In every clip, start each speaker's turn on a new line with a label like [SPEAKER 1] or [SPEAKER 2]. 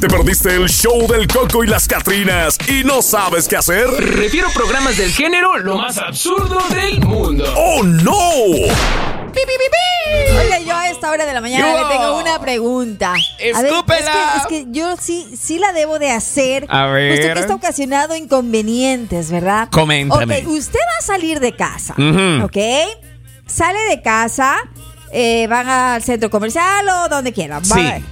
[SPEAKER 1] ¿Te perdiste el show del Coco y las Catrinas y no sabes qué hacer?
[SPEAKER 2] Refiero programas del género lo más absurdo del mundo.
[SPEAKER 1] ¡Oh, no!
[SPEAKER 3] ¡Pi, pi, pi, pi! Oye, yo a esta hora de la mañana
[SPEAKER 4] ¡Yo!
[SPEAKER 3] le tengo una pregunta. A ver, es, que,
[SPEAKER 4] ¡Escúpela!
[SPEAKER 3] es que yo sí, sí la debo de hacer.
[SPEAKER 4] A ver.
[SPEAKER 3] Puesto que esto ha ocasionado inconvenientes, ¿verdad?
[SPEAKER 4] Coméntame.
[SPEAKER 3] Ok, usted va a salir de casa,
[SPEAKER 4] Ujú.
[SPEAKER 3] ¿ok? Sale de casa, eh, van al centro comercial o donde quieran. Va,
[SPEAKER 4] Sí.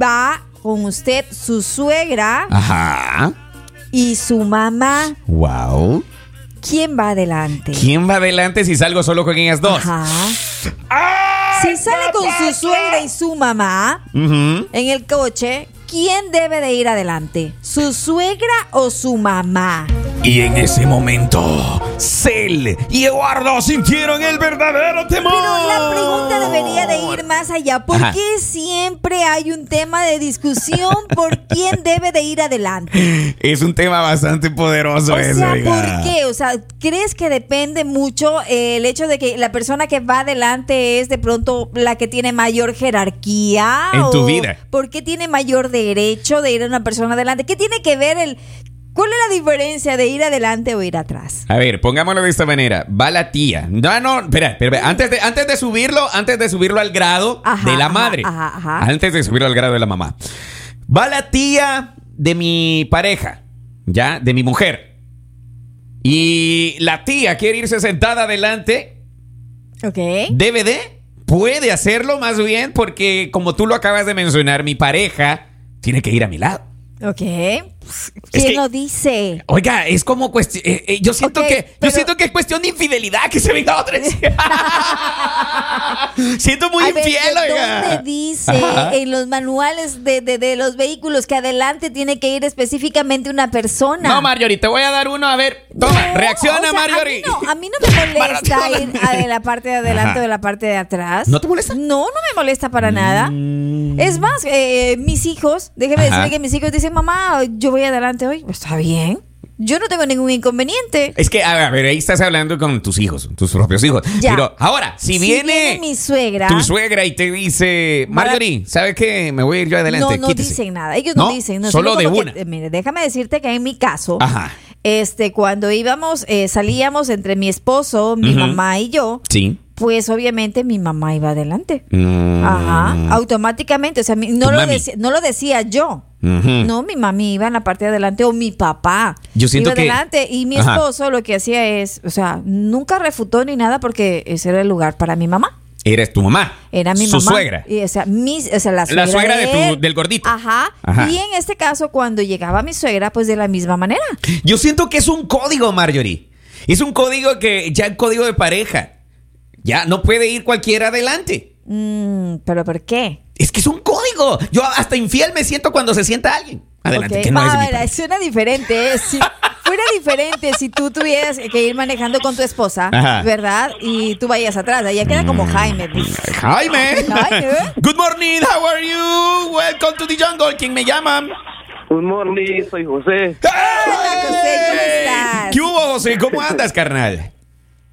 [SPEAKER 3] va con usted su suegra
[SPEAKER 4] Ah. Ajá.
[SPEAKER 3] y su mamá.
[SPEAKER 4] Wow.
[SPEAKER 3] ¿Quién va adelante?
[SPEAKER 4] ¿Quién va adelante si salgo solo con ellas dos?
[SPEAKER 3] Ajá.
[SPEAKER 4] ¡Ah!
[SPEAKER 3] Si sale con su suegra y su mamá
[SPEAKER 4] Ujú.
[SPEAKER 3] en el coche, ¿quién debe de ir adelante? ¿Su suegra o su mamá?
[SPEAKER 4] Y en ese momento, Cel y Eduardo sintieron el verdadero temor.
[SPEAKER 3] Pero la pregunta debería de ir más allá. ¿Por
[SPEAKER 4] Ajá.
[SPEAKER 3] qué siempre hay un tema de discusión por quién debe de ir adelante?
[SPEAKER 4] Es un tema bastante poderoso
[SPEAKER 3] O
[SPEAKER 4] ese,
[SPEAKER 3] sea,
[SPEAKER 4] oiga.
[SPEAKER 3] ¿por qué? O sea, ¿crees que depende mucho eh, el hecho de que la persona que va adelante es de pronto la que tiene mayor jerarquía?
[SPEAKER 4] En tu
[SPEAKER 3] ¿O
[SPEAKER 4] vida.
[SPEAKER 3] ¿Por qué tiene mayor derecho de ir a una persona adelante? ¿Qué tiene que ver el... ¿Cuál es la diferencia de ir adelante o ir atrás?
[SPEAKER 4] A ver, pongámoslo de esta manera. Va la tía. No, no, espera, espera, espera. Antes de, antes de subirlo, antes de subirlo al grado
[SPEAKER 3] Ajá,
[SPEAKER 4] de la
[SPEAKER 3] ajá,
[SPEAKER 4] madre.
[SPEAKER 3] ajá, ajá.
[SPEAKER 4] Antes de subirlo al grado de la mamá. Va la tía de mi pareja, ¿ya? De mi mujer. Y la tía quiere irse sentada adelante
[SPEAKER 3] ¿Ok?
[SPEAKER 4] DVD puede hacerlo más bien porque como tú lo acabas de mencionar, mi pareja tiene que ir a mi lado.
[SPEAKER 3] ¿Ok? ¿Quién
[SPEAKER 4] que-
[SPEAKER 3] lo dice?
[SPEAKER 4] Oiga, es como cuestión. yo siento
[SPEAKER 3] Ok,
[SPEAKER 4] que yo
[SPEAKER 3] pero-
[SPEAKER 4] siento que es cuestión de infidelidad que se venga otra. siento muy
[SPEAKER 3] A ver,
[SPEAKER 4] infiel,
[SPEAKER 3] ¿de
[SPEAKER 4] oiga.
[SPEAKER 3] ¿Dónde dice
[SPEAKER 4] Ajá.
[SPEAKER 3] en los manuales de, de- de los vehículos que adelante tiene que ir específicamente una persona?
[SPEAKER 4] No, Marjorie, te voy a dar uno. A ver, toma,
[SPEAKER 3] No,
[SPEAKER 4] reacciona,
[SPEAKER 3] o sea,
[SPEAKER 4] Marjorie.
[SPEAKER 3] A mí, no, a mí no me molesta
[SPEAKER 4] Maratona.
[SPEAKER 3] ir a de la parte de adelante
[SPEAKER 4] Ajá.
[SPEAKER 3] o de la parte de atrás.
[SPEAKER 4] ¿No te molesta? Mm.
[SPEAKER 3] No, no me molesta para nada. Es más, eh, mis hijos, déjeme
[SPEAKER 4] Ajá.
[SPEAKER 3] decirle que mis hijos dicen, mamá, yo voy adelante hoy. Pues, Está bien. Yo no tengo ningún inconveniente.
[SPEAKER 4] Es que, a ver, a ver, ahí estás hablando con tus hijos, tus propios hijos.
[SPEAKER 3] Ya.
[SPEAKER 4] Pero ahora, si, viene,
[SPEAKER 3] mi suegra.
[SPEAKER 4] tu suegra y te dice, Marjorie, ¿sabes qué? Me voy a ir yo adelante.
[SPEAKER 3] No, no
[SPEAKER 4] quítese".
[SPEAKER 3] dicen nada. Ellos
[SPEAKER 4] No,
[SPEAKER 3] no, dicen. No,
[SPEAKER 4] solo
[SPEAKER 3] sino
[SPEAKER 4] de
[SPEAKER 3] como
[SPEAKER 4] una.
[SPEAKER 3] que, eh, mire, déjame decirte que en mi caso,
[SPEAKER 4] Ajá.
[SPEAKER 3] este, cuando íbamos, eh, salíamos entre mi esposo, mi
[SPEAKER 4] Ujú.
[SPEAKER 3] mamá y yo,
[SPEAKER 4] Sí.
[SPEAKER 3] pues obviamente mi mamá iba adelante.
[SPEAKER 4] Mm.
[SPEAKER 3] Ajá, automáticamente, o sea, mi- no
[SPEAKER 4] Tu
[SPEAKER 3] lo,
[SPEAKER 4] mami.
[SPEAKER 3] decía, no lo decía yo.
[SPEAKER 4] Ujú.
[SPEAKER 3] No, mi mami iba en la parte de adelante o mi papá
[SPEAKER 4] Yo siento
[SPEAKER 3] iba
[SPEAKER 4] que-
[SPEAKER 3] adelante y mi
[SPEAKER 4] Ajá.
[SPEAKER 3] esposo lo que hacía es, o sea, nunca refutó ni nada porque ese era el lugar para mi mamá.
[SPEAKER 4] Eres tu mamá.
[SPEAKER 3] Era mi
[SPEAKER 4] Su
[SPEAKER 3] mamá.
[SPEAKER 4] suegra.
[SPEAKER 3] Y, o sea, mis- o sea, la suegra,
[SPEAKER 4] suegra de tu-
[SPEAKER 3] él.
[SPEAKER 4] del gordito.
[SPEAKER 3] Ajá.
[SPEAKER 4] Ajá.
[SPEAKER 3] Y en este caso, cuando llegaba mi suegra, pues de la misma manera.
[SPEAKER 4] Yo siento que es un código, Marjorie. Es un código que ya es código de pareja. Ya no puede ir cualquiera adelante.
[SPEAKER 3] Mm, Pero ¿por qué?
[SPEAKER 4] Es que es un código. Yo hasta infiel me siento cuando se sienta alguien. Adelante,
[SPEAKER 3] Ok.
[SPEAKER 4] que no
[SPEAKER 3] Va,
[SPEAKER 4] es mi
[SPEAKER 3] a ver,
[SPEAKER 4] pareja.
[SPEAKER 3] suena diferente. ¿eh? Si fuera diferente si tú tuvieras que ir manejando con tu esposa,
[SPEAKER 4] Ajá. Mm,
[SPEAKER 3] ¿verdad? Y tú vayas atrás. Allá queda como Jaime. pues.
[SPEAKER 4] Jaime.
[SPEAKER 3] Jaime.
[SPEAKER 4] Good morning, how are you? Welcome to the jungle. ¿Quién me llama?
[SPEAKER 5] Un morning, soy José.
[SPEAKER 3] Hola, José, ¿cómo estás?
[SPEAKER 4] ¿Qué hubo, José? ¿Cómo andas, carnal?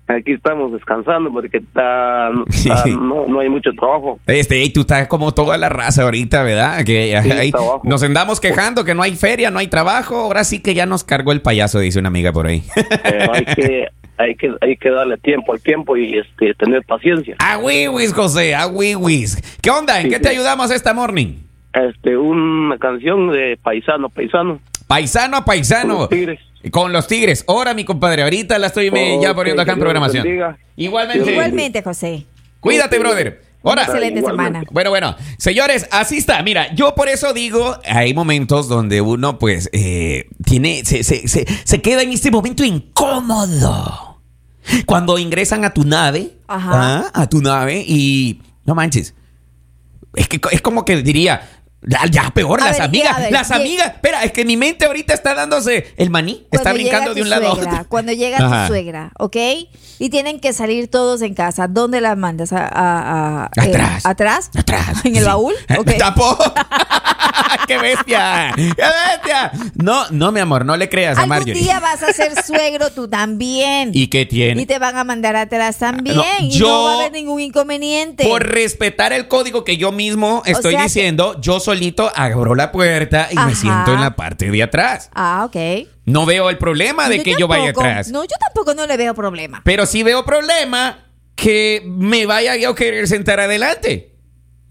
[SPEAKER 5] Aquí estamos descansando porque está, está- no, no hay mucho trabajo.
[SPEAKER 4] Este, y tú estás como toda la raza ahorita, ¿verdad? Que ahí
[SPEAKER 5] trabajo.
[SPEAKER 4] nos andamos quejando que no hay feria, no hay trabajo. Ahora sí que ya nos cargó el payaso, dice una amiga por ahí.
[SPEAKER 5] Pero hay que, hay que, hay que darle tiempo al tiempo y este tener paciencia.
[SPEAKER 4] A Wiwis, José, a Wiwis. ¿Qué onda? ¿En
[SPEAKER 5] Sí,
[SPEAKER 4] qué te
[SPEAKER 5] sí.
[SPEAKER 4] ayudamos esta morning?
[SPEAKER 5] Este, una canción de paisano, paisano.
[SPEAKER 4] Paisano a paisano.
[SPEAKER 5] Con los Tigres.
[SPEAKER 4] Con los tigres. Ahora, mi compadre, ahorita la estoy me- ya
[SPEAKER 5] Ok,
[SPEAKER 4] poniendo acá en
[SPEAKER 5] que Dios los
[SPEAKER 4] programación.
[SPEAKER 5] bendiga.
[SPEAKER 4] Igualmente.
[SPEAKER 3] Igualmente, José.
[SPEAKER 4] Cuídate, brother.
[SPEAKER 3] Una
[SPEAKER 4] Ahora.
[SPEAKER 3] excelente
[SPEAKER 5] Igualmente.
[SPEAKER 3] semana.
[SPEAKER 4] Bueno, bueno, señores, así está. Mira, yo por eso digo, hay momentos donde uno, pues, eh, tiene, se, se- se- se queda en este momento incómodo. Cuando ingresan a tu nave,
[SPEAKER 3] Ajá.
[SPEAKER 4] ah, a tu nave y no manches. Es que co- es como que diría, la- ya peor,
[SPEAKER 3] A
[SPEAKER 4] las
[SPEAKER 3] ver,
[SPEAKER 4] amigas,
[SPEAKER 3] a ver,
[SPEAKER 4] las
[SPEAKER 3] lle-
[SPEAKER 4] amigas. Espera, es que mi mente ahorita está dándose el maní, está
[SPEAKER 3] Cuando llega
[SPEAKER 4] brincando de
[SPEAKER 3] tu
[SPEAKER 4] un lado a
[SPEAKER 3] suegra,
[SPEAKER 4] otro.
[SPEAKER 3] Cuando llega
[SPEAKER 4] Ajá.
[SPEAKER 3] tu suegra, ¿ok? Y tienen que salir todos en casa. ¿Dónde la mandas? ¿A, a- a- eh,
[SPEAKER 4] Atrás.
[SPEAKER 3] ¿Atrás?
[SPEAKER 4] Atrás.
[SPEAKER 3] ¿En el
[SPEAKER 4] sí.
[SPEAKER 3] baúl?
[SPEAKER 4] Eh,
[SPEAKER 3] Ok.
[SPEAKER 4] Tampoco. qué bestia! ¡Qué bestia! No, no, mi amor, no le creas a
[SPEAKER 3] Algún
[SPEAKER 4] Marjorie.
[SPEAKER 3] día vas a ser suegro tú también.
[SPEAKER 4] ¿Y qué tiene?
[SPEAKER 3] Y te van a mandar atrás también.
[SPEAKER 4] No,
[SPEAKER 3] y
[SPEAKER 4] yo-
[SPEAKER 3] no va a haber ningún inconveniente.
[SPEAKER 4] Por respetar el código que yo mismo estoy
[SPEAKER 3] sea que-
[SPEAKER 4] diciendo, yo solito abro la puerta y me
[SPEAKER 3] Ajá.
[SPEAKER 4] siento en la parte de atrás.
[SPEAKER 3] Ah, ok.
[SPEAKER 4] No veo el problema de que yo vaya
[SPEAKER 3] tampoco.
[SPEAKER 4] atrás.
[SPEAKER 3] No, yo tampoco no le veo problema.
[SPEAKER 4] Pero sí veo problema que me vaya yo a querer sentar adelante.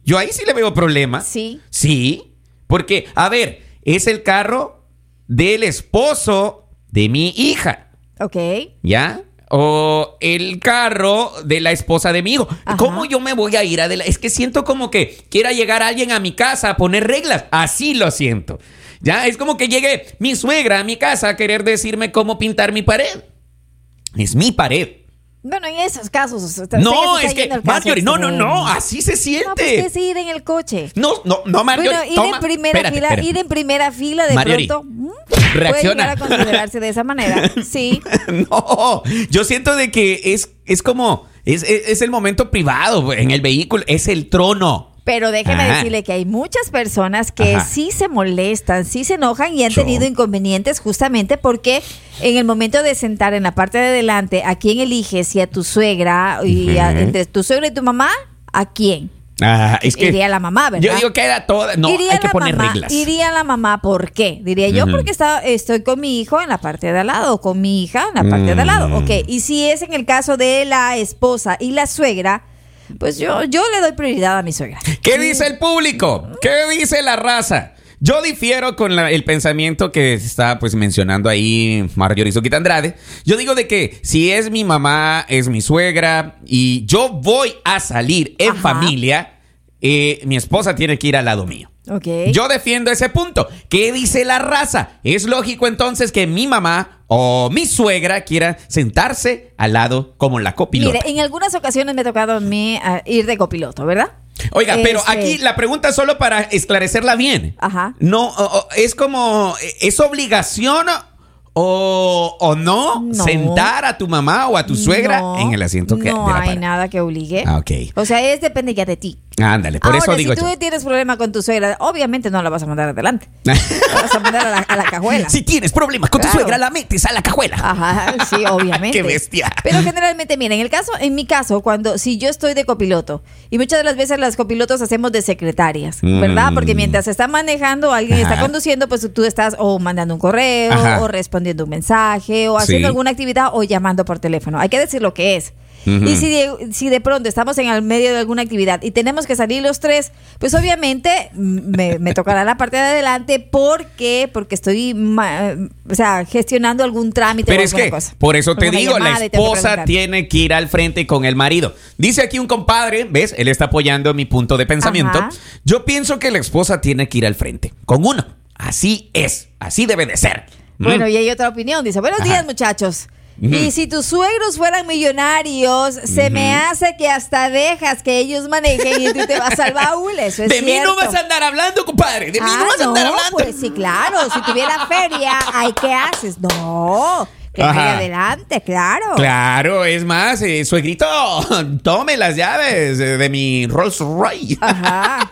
[SPEAKER 4] Yo ahí sí le veo problema.
[SPEAKER 3] Sí.
[SPEAKER 4] Sí. Porque, a ver, es el carro del esposo de mi hija.
[SPEAKER 3] Ok.
[SPEAKER 4] ¿Ya? O el carro de la esposa de mi hijo.
[SPEAKER 3] Ajá.
[SPEAKER 4] ¿Cómo yo me voy a ir adelante? Es que siento como que quiera llegar alguien a mi casa a poner reglas. Así lo siento. ¿Ya? Es como que llegue mi suegra a mi casa a querer decirme cómo pintar mi pared. Es mi pared.
[SPEAKER 3] Bueno, en esos casos. o sea, sé
[SPEAKER 4] No,
[SPEAKER 3] se está
[SPEAKER 4] es que,
[SPEAKER 3] yendo al caso
[SPEAKER 4] Marjorie, no, no,
[SPEAKER 3] extremo.
[SPEAKER 4] no, así se
[SPEAKER 3] No, pues que
[SPEAKER 4] siente.
[SPEAKER 3] sí, ir en el coche.
[SPEAKER 4] No, no, no, Marjorie.
[SPEAKER 3] Bueno, ir
[SPEAKER 4] toma.
[SPEAKER 3] en primera
[SPEAKER 4] Espérate,
[SPEAKER 3] fila,
[SPEAKER 4] espérate.
[SPEAKER 3] ir en primera fila de
[SPEAKER 4] Marjorie,
[SPEAKER 3] pronto mm, puede
[SPEAKER 4] reacciona.
[SPEAKER 3] llegar a considerarse de esa manera. Sí.
[SPEAKER 4] No, yo siento de que es, es como, es, es- es el momento privado pues, en el vehículo, es el trono.
[SPEAKER 3] Pero déjeme
[SPEAKER 4] Ajá.
[SPEAKER 3] decirle que hay muchas personas que
[SPEAKER 4] Ajá.
[SPEAKER 3] sí se molestan, sí se enojan y han
[SPEAKER 4] Yo.
[SPEAKER 3] tenido inconvenientes justamente porque en el momento de sentar en la parte de adelante a quién eliges, si a tu suegra y a-
[SPEAKER 4] Ujú.
[SPEAKER 3] entre tu suegra y tu mamá, ¿a quién?
[SPEAKER 4] Ah, es que
[SPEAKER 3] Iría la mamá, ¿verdad?
[SPEAKER 4] Yo digo que era toda, no,
[SPEAKER 3] Diría
[SPEAKER 4] hay que
[SPEAKER 3] la
[SPEAKER 4] poner
[SPEAKER 3] mamá,
[SPEAKER 4] reglas.
[SPEAKER 3] Diría la mamá, ¿por qué? Diría yo,
[SPEAKER 4] Ujú.
[SPEAKER 3] porque está, estoy con mi hijo en la parte de al lado, con mi hija en la parte de al
[SPEAKER 4] Mm.
[SPEAKER 3] lado. Ok, y si es en el caso de la esposa y la suegra, pues yo, yo le doy prioridad a mi suegra.
[SPEAKER 4] ¿Qué dice el público? ¿Qué dice la raza? Yo difiero con la- el pensamiento que está pues mencionando ahí Marjorie Suquita Andrade. Yo digo de que si es mi mamá, es mi suegra y yo voy a salir en
[SPEAKER 3] Ajá.
[SPEAKER 4] familia, eh, mi esposa tiene que ir al lado mío.
[SPEAKER 3] Ok.
[SPEAKER 4] Yo defiendo ese punto. ¿Qué dice la raza? Es lógico entonces que mi mamá o mi suegra quiera sentarse al lado como la copilota.
[SPEAKER 3] Mire, en algunas ocasiones me ha tocado a mí ah, ir de copiloto, ¿verdad?
[SPEAKER 4] Oiga, pero
[SPEAKER 3] Este,
[SPEAKER 4] aquí la pregunta es solo para esclarecerla bien.
[SPEAKER 3] Ajá.
[SPEAKER 4] No, o- o- es como, ¿es obligación o, o no,
[SPEAKER 3] No.
[SPEAKER 4] sentar a tu mamá o a tu suegra
[SPEAKER 3] no,
[SPEAKER 4] en el asiento que
[SPEAKER 3] No
[SPEAKER 4] de la
[SPEAKER 3] hay
[SPEAKER 4] par-
[SPEAKER 3] nada que obligue.
[SPEAKER 4] Ah, ok.
[SPEAKER 3] O sea, es depende ya de ti.
[SPEAKER 4] Ándale, por
[SPEAKER 3] Ahora,
[SPEAKER 4] eso digo
[SPEAKER 3] Ah, si tú
[SPEAKER 4] yo.
[SPEAKER 3] tienes problema con tu suegra, obviamente no la vas a mandar adelante. La vas a mandar a la, a la cajuela.
[SPEAKER 4] Si tienes problemas con tu
[SPEAKER 3] Claro.
[SPEAKER 4] suegra, la metes a la cajuela.
[SPEAKER 3] Ajá, sí, obviamente.
[SPEAKER 4] Qué bestia.
[SPEAKER 3] Pero generalmente, mira, en el caso, en mi caso, cuando si yo estoy de copiloto, y muchas de las veces las copilotos hacemos de secretarias, ¿verdad?
[SPEAKER 4] Mm.
[SPEAKER 3] Porque mientras se está manejando, alguien está
[SPEAKER 4] Ajá.
[SPEAKER 3] conduciendo, pues tú estás o mandando un correo,
[SPEAKER 4] Ajá.
[SPEAKER 3] o respondiendo un mensaje, o haciendo
[SPEAKER 4] Sí.
[SPEAKER 3] alguna actividad, o llamando por teléfono. Hay que decir lo que es.
[SPEAKER 4] Ujú.
[SPEAKER 3] Y si de, si de pronto estamos en el medio de alguna actividad y tenemos que salir los tres, pues obviamente mm, me, me tocará la parte de adelante porque porque estoy ma- eh, o sea, gestionando algún trámite
[SPEAKER 4] Pero
[SPEAKER 3] o
[SPEAKER 4] es
[SPEAKER 3] alguna
[SPEAKER 4] que,
[SPEAKER 3] cosa.
[SPEAKER 4] por eso te
[SPEAKER 3] Alguna
[SPEAKER 4] digo, la
[SPEAKER 3] llamada y tengo que
[SPEAKER 4] esposa
[SPEAKER 3] preguntar.
[SPEAKER 4] tiene que ir al frente con el marido. Dice aquí un compadre, ¿ves? Él está apoyando mi punto de pensamiento.
[SPEAKER 3] Ajá.
[SPEAKER 4] Yo pienso que la esposa tiene que ir al frente con uno. Así es, así debe de ser. Mm.
[SPEAKER 3] Bueno, y hay otra opinión. Dice, buenos
[SPEAKER 4] Ajá.
[SPEAKER 3] días muchachos.
[SPEAKER 4] Ujú.
[SPEAKER 3] Y si tus suegros fueran millonarios, se me hace que hasta dejas que ellos manejen y tú te vas al baúl. Eso es
[SPEAKER 4] de mí no
[SPEAKER 3] cierto.
[SPEAKER 4] vas a andar hablando, compadre. De mí
[SPEAKER 3] Ah,
[SPEAKER 4] no vas a andar hablando.
[SPEAKER 3] Pues sí, claro. Si tuviera feria, ay, ¿qué haces? No, que
[SPEAKER 4] Ajá.
[SPEAKER 3] vaya adelante, claro.
[SPEAKER 4] Claro, es más, eh, suegrito, tome las llaves eh, de mi Rolls Royce.
[SPEAKER 3] Ajá.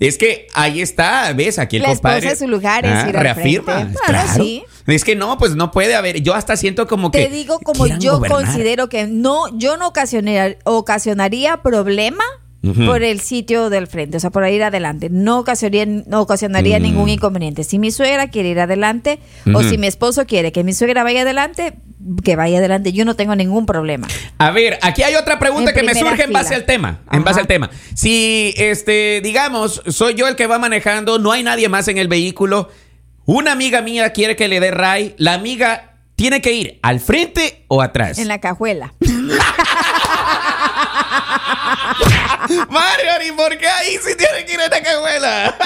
[SPEAKER 4] Es que ahí está, ¿ves? Aquí el
[SPEAKER 3] La esposa
[SPEAKER 4] compadre. Ah,
[SPEAKER 3] en su lugar es ir al
[SPEAKER 4] reafirma. pues,
[SPEAKER 3] frente.
[SPEAKER 4] Claro,
[SPEAKER 3] Claro, sí.
[SPEAKER 4] Es que no, pues no puede haber. Yo hasta siento como que.
[SPEAKER 3] Te digo como
[SPEAKER 4] quieran
[SPEAKER 3] yo
[SPEAKER 4] gobernar.
[SPEAKER 3] considero que no, yo no ocasionar- ocasionaría problema
[SPEAKER 4] Ujú.
[SPEAKER 3] por el sitio del frente, o sea, por ir adelante. No ocasionaría, no ocasionaría ningún inconveniente. Si mi suegra quiere ir adelante o
[SPEAKER 4] Mm. Ujú.
[SPEAKER 3] si mi esposo quiere que mi suegra vaya adelante, que vaya adelante. Yo no tengo ningún problema.
[SPEAKER 4] A ver, aquí hay otra pregunta
[SPEAKER 3] En
[SPEAKER 4] que me
[SPEAKER 3] primera
[SPEAKER 4] surge en base
[SPEAKER 3] fila.
[SPEAKER 4] al tema. En
[SPEAKER 3] Ajá.
[SPEAKER 4] base al tema. Si, este, digamos, soy yo el que va manejando, no hay nadie más en el vehículo. Una amiga mía quiere que le dé ray. La amiga tiene que ir al frente o atrás.
[SPEAKER 3] En la cajuela.
[SPEAKER 4] Marjorie, ¿por qué ahí sí tiene que ir a la cajuela?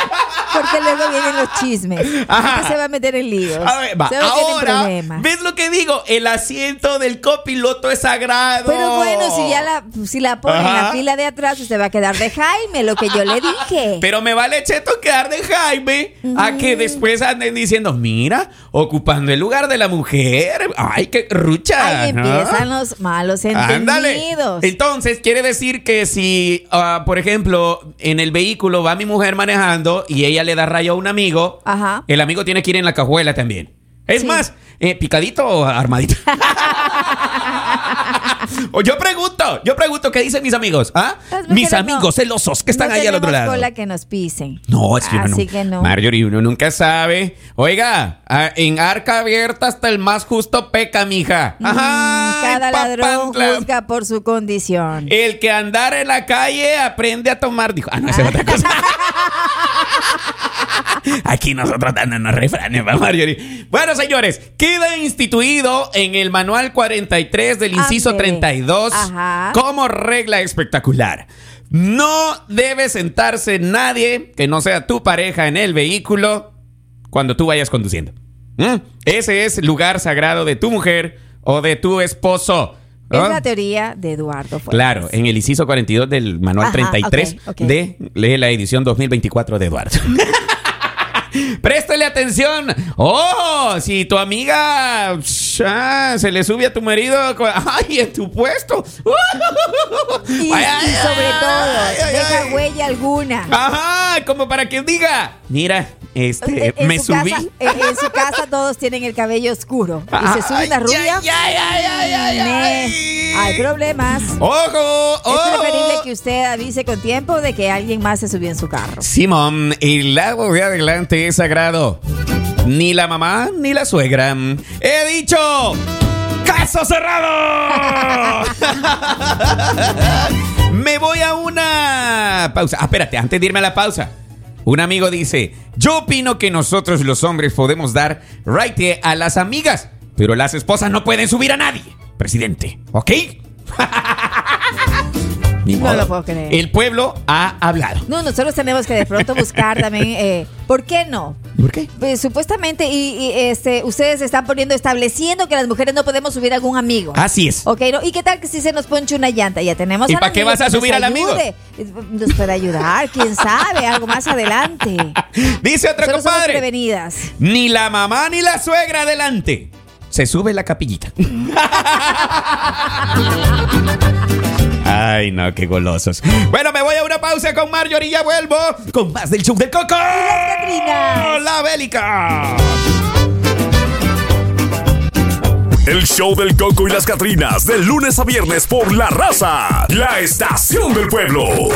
[SPEAKER 3] Porque luego vienen los chismes.
[SPEAKER 4] Ajá.
[SPEAKER 3] Usted se va a meter en líos.
[SPEAKER 4] A ver, va.
[SPEAKER 3] Se va a meter en
[SPEAKER 4] Ahora,
[SPEAKER 3] problemas.
[SPEAKER 4] ¿ves lo que digo? El asiento del copiloto es sagrado.
[SPEAKER 3] Pero bueno, si ya la, si la pone en
[SPEAKER 4] Ajá.
[SPEAKER 3] la fila de atrás, usted va a quedar de Jaime, lo que yo le dije.
[SPEAKER 4] Pero me vale cheto quedar de Jaime a que después anden diciendo, mira, ocupando el lugar de la mujer. Ay, qué rucha.
[SPEAKER 3] Ahí
[SPEAKER 4] ¿no?
[SPEAKER 3] empiezan los malos
[SPEAKER 4] Ándale.
[SPEAKER 3] entendidos.
[SPEAKER 4] Entonces, quiere decir que si, ah, por ejemplo, en el vehículo va mi mujer manejando y ella ella le da rayo a un amigo,
[SPEAKER 3] Ajá.
[SPEAKER 4] el amigo tiene que ir en la cajuela también. Es
[SPEAKER 3] Sí.
[SPEAKER 4] más, eh, picadito o armadito. o yo pregunto, yo pregunto, ¿qué dicen mis amigos? ¿Ah?
[SPEAKER 3] Pues, porque
[SPEAKER 4] Mis
[SPEAKER 3] no-
[SPEAKER 4] amigos celosos que están
[SPEAKER 3] no
[SPEAKER 4] ahí al otro
[SPEAKER 3] tenemos
[SPEAKER 4] lado.
[SPEAKER 3] cola que nos pisen.
[SPEAKER 4] No, es que uno
[SPEAKER 3] Así
[SPEAKER 4] nu-
[SPEAKER 3] que no.
[SPEAKER 4] Marjorie, uno nunca sabe. Oiga, a- en arca abierta hasta el más justo peca, mija.
[SPEAKER 3] Mm,
[SPEAKER 4] Ajá.
[SPEAKER 3] Cada
[SPEAKER 4] ay, Eh,
[SPEAKER 3] ladrón
[SPEAKER 4] papantla.
[SPEAKER 3] juzga por su condición.
[SPEAKER 4] El que andar en la calle aprende a tomar. Dijo, ah, no, esa es otra cosa. Aquí nosotros ah, dándonos refranes, va, Marjorie. Bueno, señores, queda instituido en el manual 43 del inciso
[SPEAKER 3] Ándele.
[SPEAKER 4] 32
[SPEAKER 3] Ajá.
[SPEAKER 4] como regla espectacular. No debe sentarse nadie que no sea tu pareja en el vehículo cuando tú vayas conduciendo. ¿Mm? Ese es lugar sagrado de tu mujer o de tu esposo.
[SPEAKER 3] Es
[SPEAKER 4] ¿Ah?
[SPEAKER 3] la teoría de Eduardo Fuentes.
[SPEAKER 4] Claro, eh. en el inciso 42 del manual
[SPEAKER 3] Pues, Ajá,
[SPEAKER 4] 33
[SPEAKER 3] ok, ok.
[SPEAKER 4] de lee la edición 2024 de Eduardo. Préstale atención. Oh, si tu amiga psh, ah, se le sube a tu marido, co- ay, en tu puesto.
[SPEAKER 3] Y,
[SPEAKER 4] Ay,
[SPEAKER 3] y
[SPEAKER 4] ay,
[SPEAKER 3] sobre
[SPEAKER 4] ay,
[SPEAKER 3] todo,
[SPEAKER 4] ay,
[SPEAKER 3] deja
[SPEAKER 4] ay. Ah,
[SPEAKER 3] huella alguna.
[SPEAKER 4] Ajá, como para que diga, mira, este,
[SPEAKER 3] En- en
[SPEAKER 4] me
[SPEAKER 3] su
[SPEAKER 4] subí.
[SPEAKER 3] casa- en, en su casa todos tienen el cabello oscuro. Y se sube una
[SPEAKER 4] Ah, Ay,
[SPEAKER 3] rubia.
[SPEAKER 4] ay, ay, ay, ay, ay,
[SPEAKER 3] Ne-
[SPEAKER 4] ay.
[SPEAKER 3] Hay problemas.
[SPEAKER 4] Ojo, ojo.
[SPEAKER 3] Es preferible que usted avise con tiempo de que alguien más se subió en su carro.
[SPEAKER 4] Simón, el lado de adelante es sagrado. Ni la mamá ni la suegra. He dicho. ¡Caso cerrado! Me voy a una pausa. Ah, espérate, antes de irme a la pausa. Un amigo dice, yo opino que nosotros los hombres podemos dar right a las amigas, pero las esposas no pueden subir a nadie, presidente. ¿Ok? Ni
[SPEAKER 3] No
[SPEAKER 4] modo.
[SPEAKER 3] lo puedo creer.
[SPEAKER 4] El pueblo ha hablado.
[SPEAKER 3] No, nosotros tenemos que de pronto buscar también, eh, ¿por qué no?
[SPEAKER 4] ¿Por qué?
[SPEAKER 3] Pues, supuestamente, y, y, este, ustedes están poniendo, estableciendo que las mujeres no podemos subir a algún amigo.
[SPEAKER 4] Así es.
[SPEAKER 3] Ok, ¿no? ¿y qué tal que si se nos ponche una llanta? Ya tenemos
[SPEAKER 4] Ah, ¿Y
[SPEAKER 3] al
[SPEAKER 4] para qué
[SPEAKER 3] amigo
[SPEAKER 4] vas a
[SPEAKER 3] que nos
[SPEAKER 4] subir al amigo?
[SPEAKER 3] ayude. Nos puede ayudar, quién sabe, algo más adelante.
[SPEAKER 4] Dice otro
[SPEAKER 3] Nosotros somos
[SPEAKER 4] compadre.
[SPEAKER 3] prevenidas.
[SPEAKER 4] Ni la mamá ni la suegra adelante. Se sube la capillita. Ay, no, qué golosos. Bueno, me voy a una pausa con Marjorie y ya vuelvo con más del show del coco.
[SPEAKER 3] Catrinas.
[SPEAKER 4] La bélica.
[SPEAKER 1] El show del Coco y las Catrinas, de lunes a viernes por La Raza, la estación del pueblo.